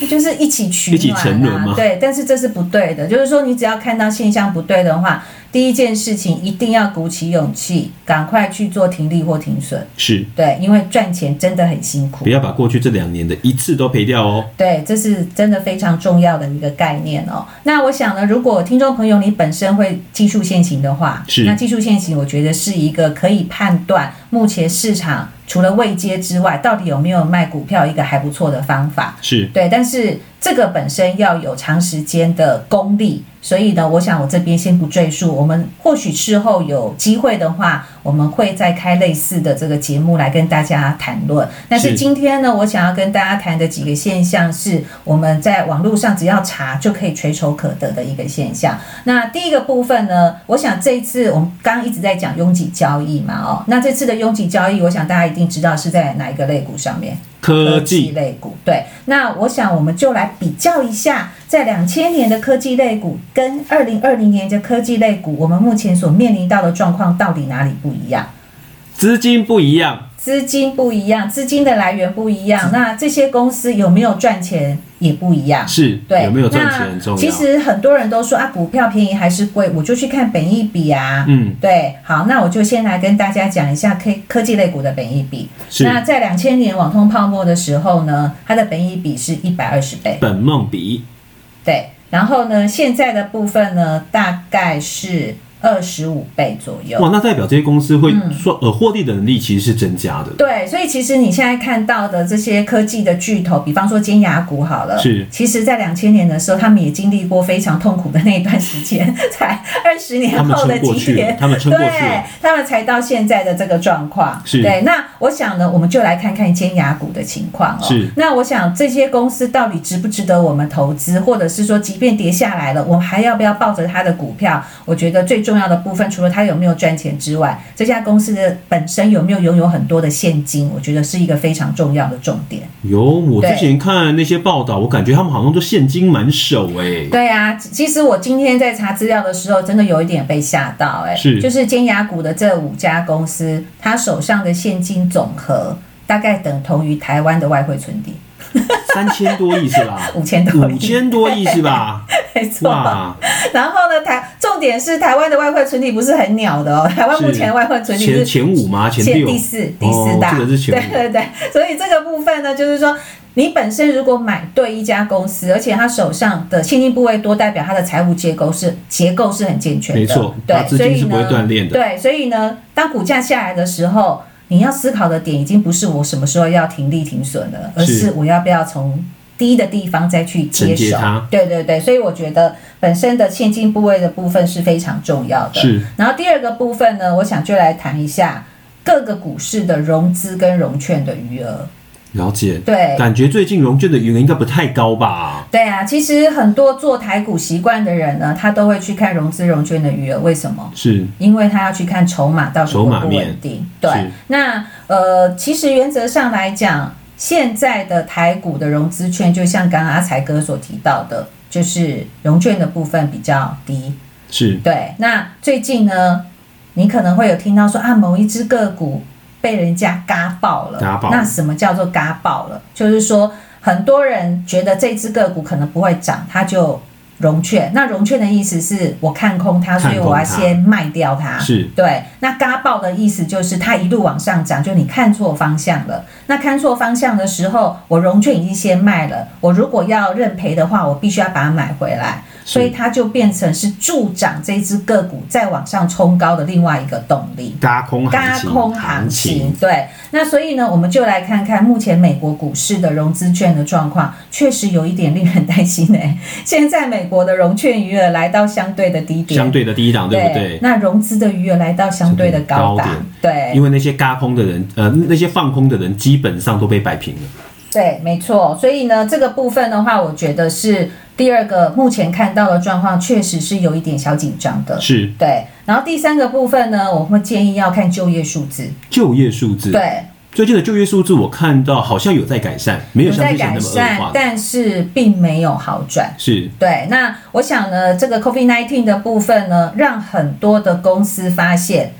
[SPEAKER 1] 就是一起取
[SPEAKER 2] 一起沉
[SPEAKER 1] 暖
[SPEAKER 2] 沦
[SPEAKER 1] 啊
[SPEAKER 2] 吗，
[SPEAKER 1] 对，但是这是不对的。就是说，你只要看到现象不对的话，第一件事情一定要鼓起勇气，赶快去做停利或停损。
[SPEAKER 2] 是，
[SPEAKER 1] 对，因为赚钱真的很辛苦
[SPEAKER 2] 不。要把过去这两年的一次都赔掉哦。
[SPEAKER 1] 对，这是真的非常重要的一个概念哦。那我想呢，如果听众朋友你本身会技术限行的话，
[SPEAKER 2] 是
[SPEAKER 1] 那技术限行，我觉得是一个可以判断目前市场除了未接之外，到底有没有卖股票一个还不错的方法。
[SPEAKER 2] 是，
[SPEAKER 1] 对，但是这个本身要有长时间的功力，所以呢，我想我这边先不赘述。我们或许事后有机会的话，我们会再开类似的这个节目来跟大家谈论。但是
[SPEAKER 2] 是
[SPEAKER 1] 今天呢，我想要跟大家谈的几个现象是我们在网络上只要查就可以垂手可得的一个现象。那第一个部分呢，我想这一次我们刚刚一直在讲拥挤交易嘛，哦，那这次的拥挤交易，我想大家一定知道是在哪一个类股上面。
[SPEAKER 2] 科
[SPEAKER 1] 技
[SPEAKER 2] 技
[SPEAKER 1] 类股。对，那我想我们就来比较一下，在两千年的科技类股跟二零二零年的科技类股，我们目前所面临到的状况到底哪里不一样？
[SPEAKER 2] 资金不一样，
[SPEAKER 1] 资金不一样，资金的来源不一样，那这些公司有没有赚钱也不一样。
[SPEAKER 2] 是
[SPEAKER 1] 对，
[SPEAKER 2] 有没有赚钱很
[SPEAKER 1] 那
[SPEAKER 2] 重要。
[SPEAKER 1] 其实很多人都说啊，股票便宜还是贵，我就去看本益比啊。
[SPEAKER 2] 嗯，
[SPEAKER 1] 对，好，那我就先来跟大家讲一下科科技类股的本益比。
[SPEAKER 2] 是
[SPEAKER 1] 那在两千年网通泡沫的时候呢，它的本益比是一百二十倍，
[SPEAKER 2] 本梦比
[SPEAKER 1] 对。然后呢，现在的部分呢，大概是二十五倍左右。
[SPEAKER 2] 哇，那代表这些公司会
[SPEAKER 1] 嗯
[SPEAKER 2] 说，呃，获利的能力其实是增加的。
[SPEAKER 1] 对，所以其实你现在看到的这些科技的巨头，比方说尖牙股好了，
[SPEAKER 2] 是
[SPEAKER 1] 其实在两千年的时候，他们也经历过非常痛苦的那一段时间，才二十年
[SPEAKER 2] 他们
[SPEAKER 1] 后的
[SPEAKER 2] 撑过
[SPEAKER 1] 几
[SPEAKER 2] 去了
[SPEAKER 1] 年，，
[SPEAKER 2] 他们撑过去
[SPEAKER 1] 对
[SPEAKER 2] 了。，
[SPEAKER 1] 他们才到现在的这个状况。
[SPEAKER 2] 是
[SPEAKER 1] 对。那我想呢，我们就来看看尖牙股的情况哦。
[SPEAKER 2] 是
[SPEAKER 1] 那我想这些公司到底值不值得我们投资，或者是说，即便跌下来了，我们还要不要抱着它的股票？我觉得最重要的部分，除了它有没有赚钱之外，这家公司的本身有没有拥有很多的现金，我觉得是一个非常重要的重点。
[SPEAKER 2] 有，我
[SPEAKER 1] 对
[SPEAKER 2] 之前看那些报道，我感觉他们好像都现金满手哎。
[SPEAKER 1] 对啊，其实我今天在查资料的时候，真的有一点被吓到、哎，
[SPEAKER 2] 是
[SPEAKER 1] 就是尖牙股的这五家公司，它手上的现金总和大概等同于台湾的外汇存底？
[SPEAKER 2] 三千多亿是吧
[SPEAKER 1] 五千多亿，
[SPEAKER 2] 五千多亿 是吧？
[SPEAKER 1] 没错。
[SPEAKER 2] 哇，
[SPEAKER 1] 然后呢，台重点是台湾的外汇存底不是很鸟的哦，台湾目
[SPEAKER 2] 是
[SPEAKER 1] 前外汇存底
[SPEAKER 2] 前
[SPEAKER 1] 是
[SPEAKER 2] 前五吗？前
[SPEAKER 1] 前
[SPEAKER 2] 六？
[SPEAKER 1] 第四第四大，
[SPEAKER 2] 哦这个是前
[SPEAKER 1] 对
[SPEAKER 2] 五
[SPEAKER 1] 对对，所以这个部分呢，就是说你本身如果买对一家公司，而且他手上的现金部位多，代表他的财务结构是结构是很健全的，
[SPEAKER 2] 没错
[SPEAKER 1] 对
[SPEAKER 2] 他，资
[SPEAKER 1] 所
[SPEAKER 2] 金
[SPEAKER 1] 以
[SPEAKER 2] 是不会
[SPEAKER 1] 呢，
[SPEAKER 2] 断裂的
[SPEAKER 1] 对，所以呢，当股价下来的时候。你要思考的点已经不是我什么时候要停利停损了，而
[SPEAKER 2] 是
[SPEAKER 1] 是我要不要从低的地方再去接
[SPEAKER 2] 承接
[SPEAKER 1] 手。
[SPEAKER 2] 它
[SPEAKER 1] 对对对，所以我觉得本身的现金部位的部分是非常重要的。
[SPEAKER 2] 是
[SPEAKER 1] 然后第二个部分呢，我想就来谈一下各个股市的融资跟融券的余额。
[SPEAKER 2] 了解。
[SPEAKER 1] 对
[SPEAKER 2] 感觉最近融券的余额应该不太高吧？
[SPEAKER 1] 对啊，其实很多做台股习惯的人呢，他都会去看融资融券的余额，为什么？
[SPEAKER 2] 是
[SPEAKER 1] 嗯因为他要去看筹码到底
[SPEAKER 2] 筹
[SPEAKER 1] 稳
[SPEAKER 2] 码
[SPEAKER 1] 不
[SPEAKER 2] 面
[SPEAKER 1] 稳定。对
[SPEAKER 2] 是，
[SPEAKER 1] 那呃，其实原则上来讲，现在的台股的融资券，就像刚刚阿才哥所提到的，就是融券的部分比较低。
[SPEAKER 2] 是
[SPEAKER 1] 对，那最近呢，你可能会有听到说啊，某一只个股被人家嘎爆了。
[SPEAKER 2] 嘎爆
[SPEAKER 1] 那什么叫做嘎爆了？就是说，很多人觉得这只个股可能不会涨，它就融券。那融券的意思是我看空它，所以
[SPEAKER 2] 看空
[SPEAKER 1] 我要
[SPEAKER 2] 它
[SPEAKER 1] 先卖掉它。
[SPEAKER 2] 是
[SPEAKER 1] 对，那嘎爆的意思就是它一路往上涨，就你看错方向了。那看错方向的时候，我融券已经先卖了，我如果要认赔的话，我必须要把它买回来，所以它就变成是助长这只个股再往上冲高的另外一个动力。
[SPEAKER 2] 嘎空行
[SPEAKER 1] 嘎
[SPEAKER 2] 情，
[SPEAKER 1] 空行情，对，那所以呢，我们就来看看目前美国股市的融资券的状况，确实有一点令人担心诶、 现在美国的融券余额来到相对的低点，
[SPEAKER 2] 相对的低档，对不对？
[SPEAKER 1] 那哎融资的余额来到相对的高档，对
[SPEAKER 2] 因为那些嘎空的人，呃，那些放空的人基本上都被摆平了。
[SPEAKER 1] 对，没错。所以呢，这个部分的话，我觉得是第二个目前看到的状况，确实是有一点小紧张的。
[SPEAKER 2] 是
[SPEAKER 1] 对，然后第三个部分呢，我会建议要看就业数字。
[SPEAKER 2] 就业数字，
[SPEAKER 1] 对，
[SPEAKER 2] 最近的就业数字我看到好像有在改善，没有像
[SPEAKER 1] 在
[SPEAKER 2] 之前
[SPEAKER 1] 改
[SPEAKER 2] 那么恶
[SPEAKER 1] 善
[SPEAKER 2] 化，了。
[SPEAKER 1] 但是并没有好转。
[SPEAKER 2] 是
[SPEAKER 1] 对，那我想呢，这个 COVID 1 9的部分呢，让很多的公司发现，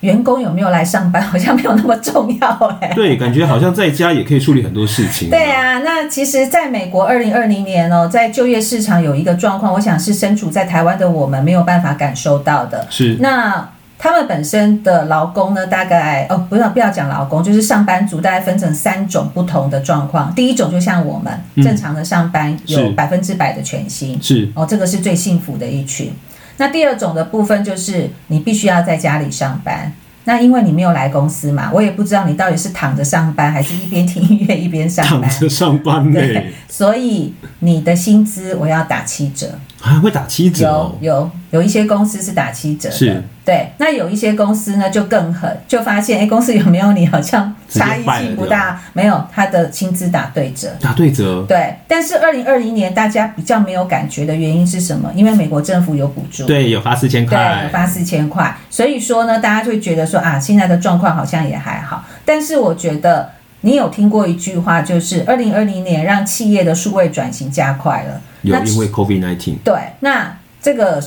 [SPEAKER 1] 员工有没有来上班好像没有那么重要哎、
[SPEAKER 2] 对，感觉好像在家也可以处理很多事情。
[SPEAKER 1] 对，啊，那其实在美国二零二零年哦，在就业市场有一个状况，我想是身处在台湾的我们没有办法感受到的。
[SPEAKER 2] 是
[SPEAKER 1] 那他们本身的劳工呢，大概哦，不要不要讲劳工，就是上班族，大概分成三种不同的状况。第一种就像我们
[SPEAKER 2] 嗯
[SPEAKER 1] 正常的上班，有
[SPEAKER 2] 是
[SPEAKER 1] 百分之百的全薪，
[SPEAKER 2] 是
[SPEAKER 1] 哦，这个是最幸福的一群。那第二种的部分就是你必须要在家里上班。那因为你没有来公司嘛，我也不知道你到底是躺着上班，还是一边听音乐一边上
[SPEAKER 2] 躺
[SPEAKER 1] 班。
[SPEAKER 2] 着上班哎呢，
[SPEAKER 1] 对，所以你的薪资我要打七折。
[SPEAKER 2] 还会打七折
[SPEAKER 1] 有
[SPEAKER 2] 哦。
[SPEAKER 1] 有有一些公司是打七折的，
[SPEAKER 2] 是
[SPEAKER 1] 对。那有一些公司呢就更狠，就发现哎，诶公司有没有你好像
[SPEAKER 2] 直接
[SPEAKER 1] 差异
[SPEAKER 2] 办了
[SPEAKER 1] 性不
[SPEAKER 2] 就
[SPEAKER 1] 大，没有，他的薪资打对折。
[SPEAKER 2] 打对折，
[SPEAKER 1] 对，但是二零二零年大家比较没有感觉的原因是什么？因为美国政府有补助，
[SPEAKER 2] 对，有发四千
[SPEAKER 1] 对，
[SPEAKER 2] 块，
[SPEAKER 1] 发四千块，所以说呢，大家就会觉得说啊，现在的状况好像也还好。但是我觉得你有听过一句话，就是二零二零年让企业的数位转型加快了。
[SPEAKER 2] 有
[SPEAKER 1] 那
[SPEAKER 2] 因为 COVID nineteen
[SPEAKER 1] 对，那这个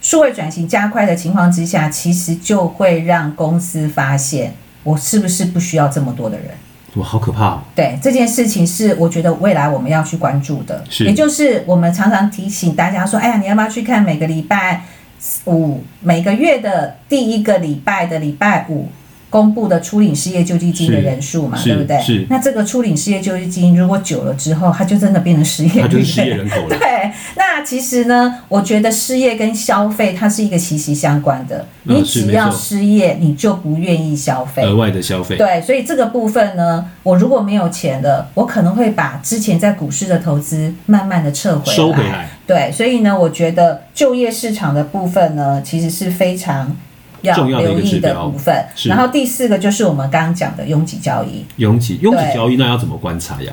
[SPEAKER 1] 数位转型加快的情况之下，其实就会让公司发现我是不是不需要这么多的人。
[SPEAKER 2] 哇，好 可怕哦！
[SPEAKER 1] 对这件事情是我觉得未来我们要去关注的，
[SPEAKER 2] 是
[SPEAKER 1] 也就是我们常常提醒大家说，哎呀，你要不要去看每个礼拜五、每个月的第一个礼拜的礼拜五公布的初领失业救济金的
[SPEAKER 2] 是
[SPEAKER 1] 人数嘛，
[SPEAKER 2] 是
[SPEAKER 1] 对不对？
[SPEAKER 2] 是
[SPEAKER 1] 那这个初领失业救济金如果久了之后，它就真的变成失业率
[SPEAKER 2] 他
[SPEAKER 1] 了，
[SPEAKER 2] 就是失业 人口了。
[SPEAKER 1] 对，那其实呢，我觉得失业跟消费它是一个息息相关的。
[SPEAKER 2] 嗯
[SPEAKER 1] 你
[SPEAKER 2] 是
[SPEAKER 1] 只
[SPEAKER 2] 没
[SPEAKER 1] 要
[SPEAKER 2] 错嗯
[SPEAKER 1] 失业，你就不愿意消费。
[SPEAKER 2] 额外的消费，
[SPEAKER 1] 对，所以这个部分呢，我如果没有钱了，我可能会把之前在股市的投资慢慢的撤回
[SPEAKER 2] 收回来，
[SPEAKER 1] 对，所以呢，我觉得就业市场的部分呢，其实是非常要
[SPEAKER 2] 重要的一
[SPEAKER 1] 留
[SPEAKER 2] 个
[SPEAKER 1] 意
[SPEAKER 2] 指
[SPEAKER 1] 的
[SPEAKER 2] 标
[SPEAKER 1] 部分。
[SPEAKER 2] 是
[SPEAKER 1] 然后第四个就是我们刚刚讲的拥挤交易，
[SPEAKER 2] 拥挤拥
[SPEAKER 1] 对
[SPEAKER 2] 挤交易，那要怎么观察呀？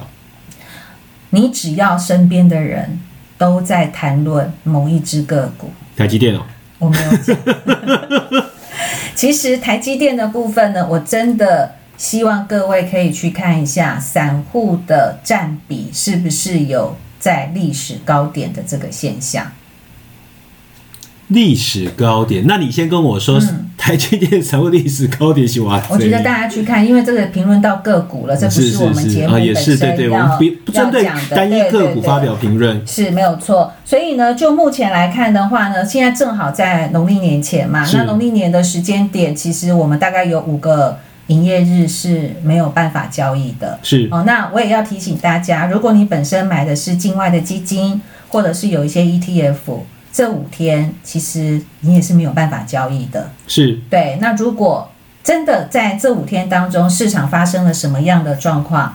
[SPEAKER 1] 你只要身边的人都在谈论某一只个股，
[SPEAKER 2] 台积电哦，
[SPEAKER 1] 我没有讲。其实台积电的部分呢，我真的希望各位可以去看一下散户的占比是不是有在历史高点的这个现象。
[SPEAKER 2] 历史高点。那你先跟我说，台积电财务历史高点是哇？
[SPEAKER 1] 嗯我觉得大家去看，因为这个评论到个股了，这不
[SPEAKER 2] 是
[SPEAKER 1] 我们
[SPEAKER 2] 是
[SPEAKER 1] 节目
[SPEAKER 2] 啊，也
[SPEAKER 1] 本
[SPEAKER 2] 是对
[SPEAKER 1] 身
[SPEAKER 2] 对，我
[SPEAKER 1] 要
[SPEAKER 2] 们不不
[SPEAKER 1] 要
[SPEAKER 2] 针对
[SPEAKER 1] 讲的
[SPEAKER 2] 单一
[SPEAKER 1] 对
[SPEAKER 2] 个
[SPEAKER 1] 对
[SPEAKER 2] 股
[SPEAKER 1] 对
[SPEAKER 2] 发表评论，
[SPEAKER 1] 是没有错，所以呢，就目前来看的话呢，现在正好在农历年前嘛，
[SPEAKER 2] 是
[SPEAKER 1] 那农历年的时间点，其实我们大概有五个营业日是没有办法交易的。
[SPEAKER 2] 是
[SPEAKER 1] 哦，那我也要提醒大家，如果你本身买的是境外的基金，或者是有一些 ETF，这五天其实你也是没有办法交易的。
[SPEAKER 2] 是
[SPEAKER 1] 对，那如果真的在这五天当中，市场发生了什么样的状况，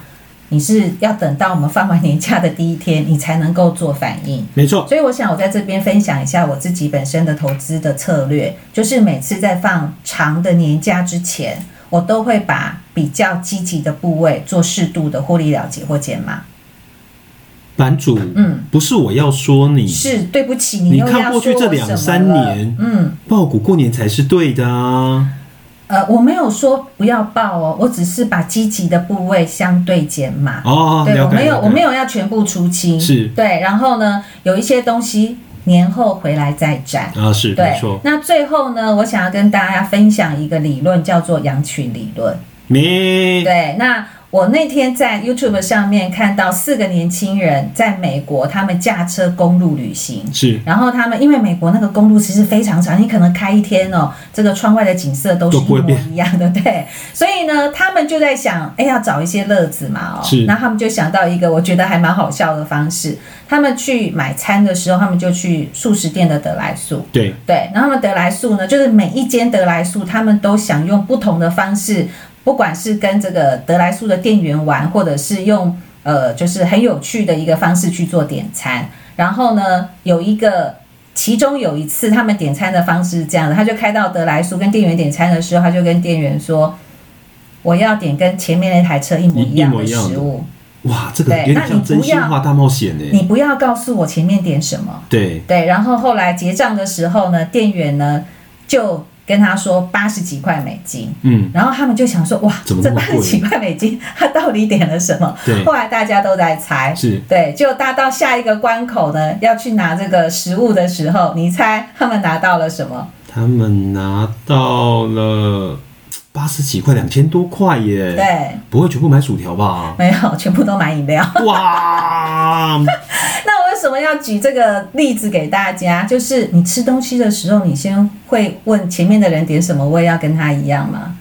[SPEAKER 1] 你是要等到我们放完年假的第一天，你才能够做反 应。
[SPEAKER 2] 没错，
[SPEAKER 1] 所以我想，我在这边分享一下我自己本身的投资的策略，就是每次在放长的年假之前，我都会把比较积极的部位做适度的获利了结或减码。
[SPEAKER 2] 版主，
[SPEAKER 1] 嗯，
[SPEAKER 2] 不是我要说你，
[SPEAKER 1] 是，对不起，
[SPEAKER 2] 你
[SPEAKER 1] 又
[SPEAKER 2] 看
[SPEAKER 1] 要
[SPEAKER 2] 过去
[SPEAKER 1] 说
[SPEAKER 2] 这
[SPEAKER 1] 我
[SPEAKER 2] 两
[SPEAKER 1] 什么
[SPEAKER 2] 三
[SPEAKER 1] 了
[SPEAKER 2] 年
[SPEAKER 1] 嗯。
[SPEAKER 2] 爆股过年才是对的啊。
[SPEAKER 1] 呃，我没有说不要报哦，我只是把积极的部位相对减码。
[SPEAKER 2] 哦，
[SPEAKER 1] 对，我
[SPEAKER 2] 了解，
[SPEAKER 1] 没有，
[SPEAKER 2] 了解
[SPEAKER 1] 我没有要全部出清。
[SPEAKER 2] 是
[SPEAKER 1] 对，然后呢，有一些东西年后回来再展。
[SPEAKER 2] 啊，是
[SPEAKER 1] 对
[SPEAKER 2] 没错，，
[SPEAKER 1] 那最后呢，我想要跟大家分享一个理论，叫做羊群理论。
[SPEAKER 2] 没
[SPEAKER 1] 对，那我那天在 YouTube 上面看到四个年轻人在美国，他们驾车公路旅行。
[SPEAKER 2] 是
[SPEAKER 1] 然后他们因为美国那个公路其实非常长，你可能开一天哦，这个窗外的景色都是
[SPEAKER 2] 都不
[SPEAKER 1] 一
[SPEAKER 2] 会
[SPEAKER 1] 模
[SPEAKER 2] 变
[SPEAKER 1] 一样的，对。所以呢，他们就在想，哎，要找一些乐子嘛，哦。
[SPEAKER 2] 是
[SPEAKER 1] 那他们就想到一个我觉得还蛮好笑的方式，他们去买餐的时候，他们就去素食店的得来素。
[SPEAKER 2] 对，
[SPEAKER 1] 对，然后他们得来速呢，就是每一间得来速，他们都想用不同的方式，不管是跟这个得来速的店员玩，或者是用呃，就是很有趣的一个方式去做点餐。然后呢，有一个。其中有一次，他们点餐的方式是这样的，他就开到得来速跟店员点餐的时候，他就跟店员说：“我要点跟前面那台车一模一样
[SPEAKER 2] 一模
[SPEAKER 1] 的
[SPEAKER 2] 一样的
[SPEAKER 1] 食物，
[SPEAKER 2] 哇，这个
[SPEAKER 1] 对
[SPEAKER 2] 有
[SPEAKER 1] 那你
[SPEAKER 2] 点像真
[SPEAKER 1] 不
[SPEAKER 2] 心
[SPEAKER 1] 要
[SPEAKER 2] 话大冒险呢。
[SPEAKER 1] 你不要告诉我前面点什么。”
[SPEAKER 2] 对，
[SPEAKER 1] 对，然后后来结账的时候呢，店员呢就跟他说八十几块美金，
[SPEAKER 2] 嗯，
[SPEAKER 1] 然后他们就想说哇，
[SPEAKER 2] 怎么
[SPEAKER 1] 这
[SPEAKER 2] 那么啊
[SPEAKER 1] 八十几块美金 他到底点了什么？
[SPEAKER 2] 对
[SPEAKER 1] 后来大家都在猜，
[SPEAKER 2] 是
[SPEAKER 1] 对，就大到下一个关口呢，要去拿这个食物的时候，你猜他们拿到了什么？
[SPEAKER 2] 他们拿到了八十几块，两千多块耶。
[SPEAKER 1] 对，？
[SPEAKER 2] 不会全部买薯条吧
[SPEAKER 1] 没有，全部都买饮料。
[SPEAKER 2] 哇，
[SPEAKER 1] 那我为什么要举这个例子给大家？就是你吃东西的时候，你先会问前面的人点什么，我也要跟他一样吗？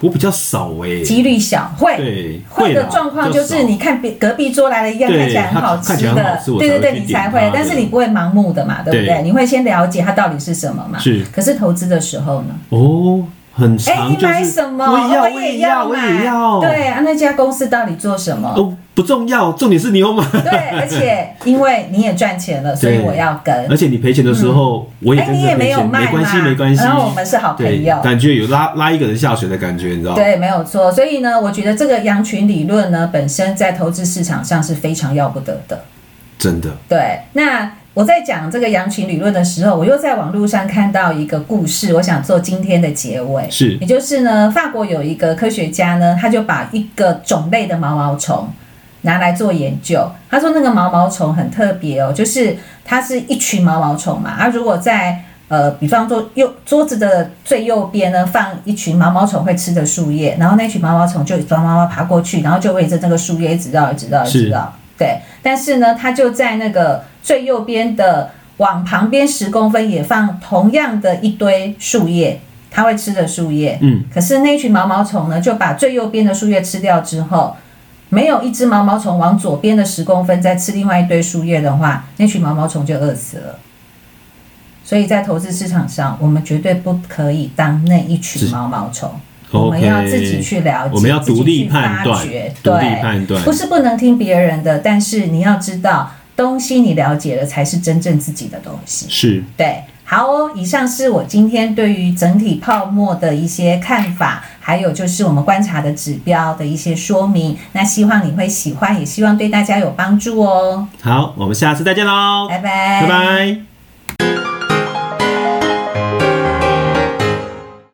[SPEAKER 2] 我比较少哎。
[SPEAKER 1] 几率小，会。
[SPEAKER 2] 对，
[SPEAKER 1] 会的
[SPEAKER 2] 啦
[SPEAKER 1] 状况
[SPEAKER 2] 比较
[SPEAKER 1] 就
[SPEAKER 2] 少
[SPEAKER 1] 是你看别隔壁桌来了一样
[SPEAKER 2] 对
[SPEAKER 1] 看起来很好吃
[SPEAKER 2] 他看起来很好
[SPEAKER 1] 的，
[SPEAKER 2] 吃我才
[SPEAKER 1] 对对
[SPEAKER 2] 会
[SPEAKER 1] 对，
[SPEAKER 2] 去
[SPEAKER 1] 你
[SPEAKER 2] 点
[SPEAKER 1] 才
[SPEAKER 2] 它
[SPEAKER 1] 会
[SPEAKER 2] 对，
[SPEAKER 1] 但是你不会盲目的嘛，对不
[SPEAKER 2] 对
[SPEAKER 1] 对？你会先了解它到底是什么嘛。
[SPEAKER 2] 是
[SPEAKER 1] 可是投资的时候呢？
[SPEAKER 2] 哦，很
[SPEAKER 1] 哎，
[SPEAKER 2] 长
[SPEAKER 1] 你
[SPEAKER 2] 就是
[SPEAKER 1] 买什么？
[SPEAKER 2] 我也要，
[SPEAKER 1] 哦
[SPEAKER 2] 也要，我
[SPEAKER 1] 买
[SPEAKER 2] 也要。
[SPEAKER 1] 对啊，那家公司到底做什么？
[SPEAKER 2] 哦，不重要，重点是你有买。
[SPEAKER 1] 对，而且因为你也赚钱了，所以
[SPEAKER 2] 对
[SPEAKER 1] 我要
[SPEAKER 2] 而
[SPEAKER 1] 跟。
[SPEAKER 2] 且你赔钱的时候，我也
[SPEAKER 1] 哎，
[SPEAKER 2] 跟
[SPEAKER 1] 你也
[SPEAKER 2] 着
[SPEAKER 1] 没
[SPEAKER 2] 赔
[SPEAKER 1] 有
[SPEAKER 2] 钱，
[SPEAKER 1] 卖
[SPEAKER 2] 没
[SPEAKER 1] 嘛，
[SPEAKER 2] 关系，没关系。
[SPEAKER 1] 然后我们是好
[SPEAKER 2] 对哦
[SPEAKER 1] 朋友，，
[SPEAKER 2] 感觉有拉拉一个人下水的感觉，你知道吗？
[SPEAKER 1] 对，没有错。所以呢，我觉得这个羊群理论呢，本身在投资市场上是非常要不得的。
[SPEAKER 2] 真的，
[SPEAKER 1] 对，那我在讲这个羊群理论的时候，我又在网络上看到一个故事，我想做今天的结尾。
[SPEAKER 2] 是
[SPEAKER 1] 也就是呢，法国有一个科学家呢，他就把一个种类的毛毛虫拿来做研究。他说那个毛毛虫很特别哦，就是它是一群毛毛虫嘛，它啊如果在呃，比方说右桌子的最右边呢，放一群毛毛虫会吃的树叶，然后那群毛毛虫就抓毛毛爬过去，然后就围着这个树叶一直绕，一直绕，一直
[SPEAKER 2] 是
[SPEAKER 1] 绕。对，但是呢，它就在那个最右边的往旁边十公分也放同样的一堆树叶，它会吃的树叶。
[SPEAKER 2] 嗯，
[SPEAKER 1] 可是那群毛毛虫呢，就把最右边的树叶吃掉之后，没有一只毛毛虫往左边的十公分再吃另外一堆树叶的话，那群毛毛虫就饿死了。所以在投资市场上，我们绝对不可以当那一群
[SPEAKER 2] 是
[SPEAKER 1] 毛毛虫，我们
[SPEAKER 2] OK，
[SPEAKER 1] 要自己去了解，
[SPEAKER 2] 我们要
[SPEAKER 1] 自己
[SPEAKER 2] 独立
[SPEAKER 1] 去
[SPEAKER 2] 判
[SPEAKER 1] 发
[SPEAKER 2] 断
[SPEAKER 1] 掘，
[SPEAKER 2] 独立
[SPEAKER 1] 对
[SPEAKER 2] 判断
[SPEAKER 1] 不，是不能听别人的，但是你要知道，东西你了解了才是真正自己的东西。
[SPEAKER 2] 是
[SPEAKER 1] 对，好哦，以上是我今天对于整体泡沫的一些看法，还有就是我们观察的指标的一些说明。那希望你会喜欢，也希望对大家有帮助哦。
[SPEAKER 2] 好，我们下次再见喽，
[SPEAKER 1] 拜拜，
[SPEAKER 2] 拜拜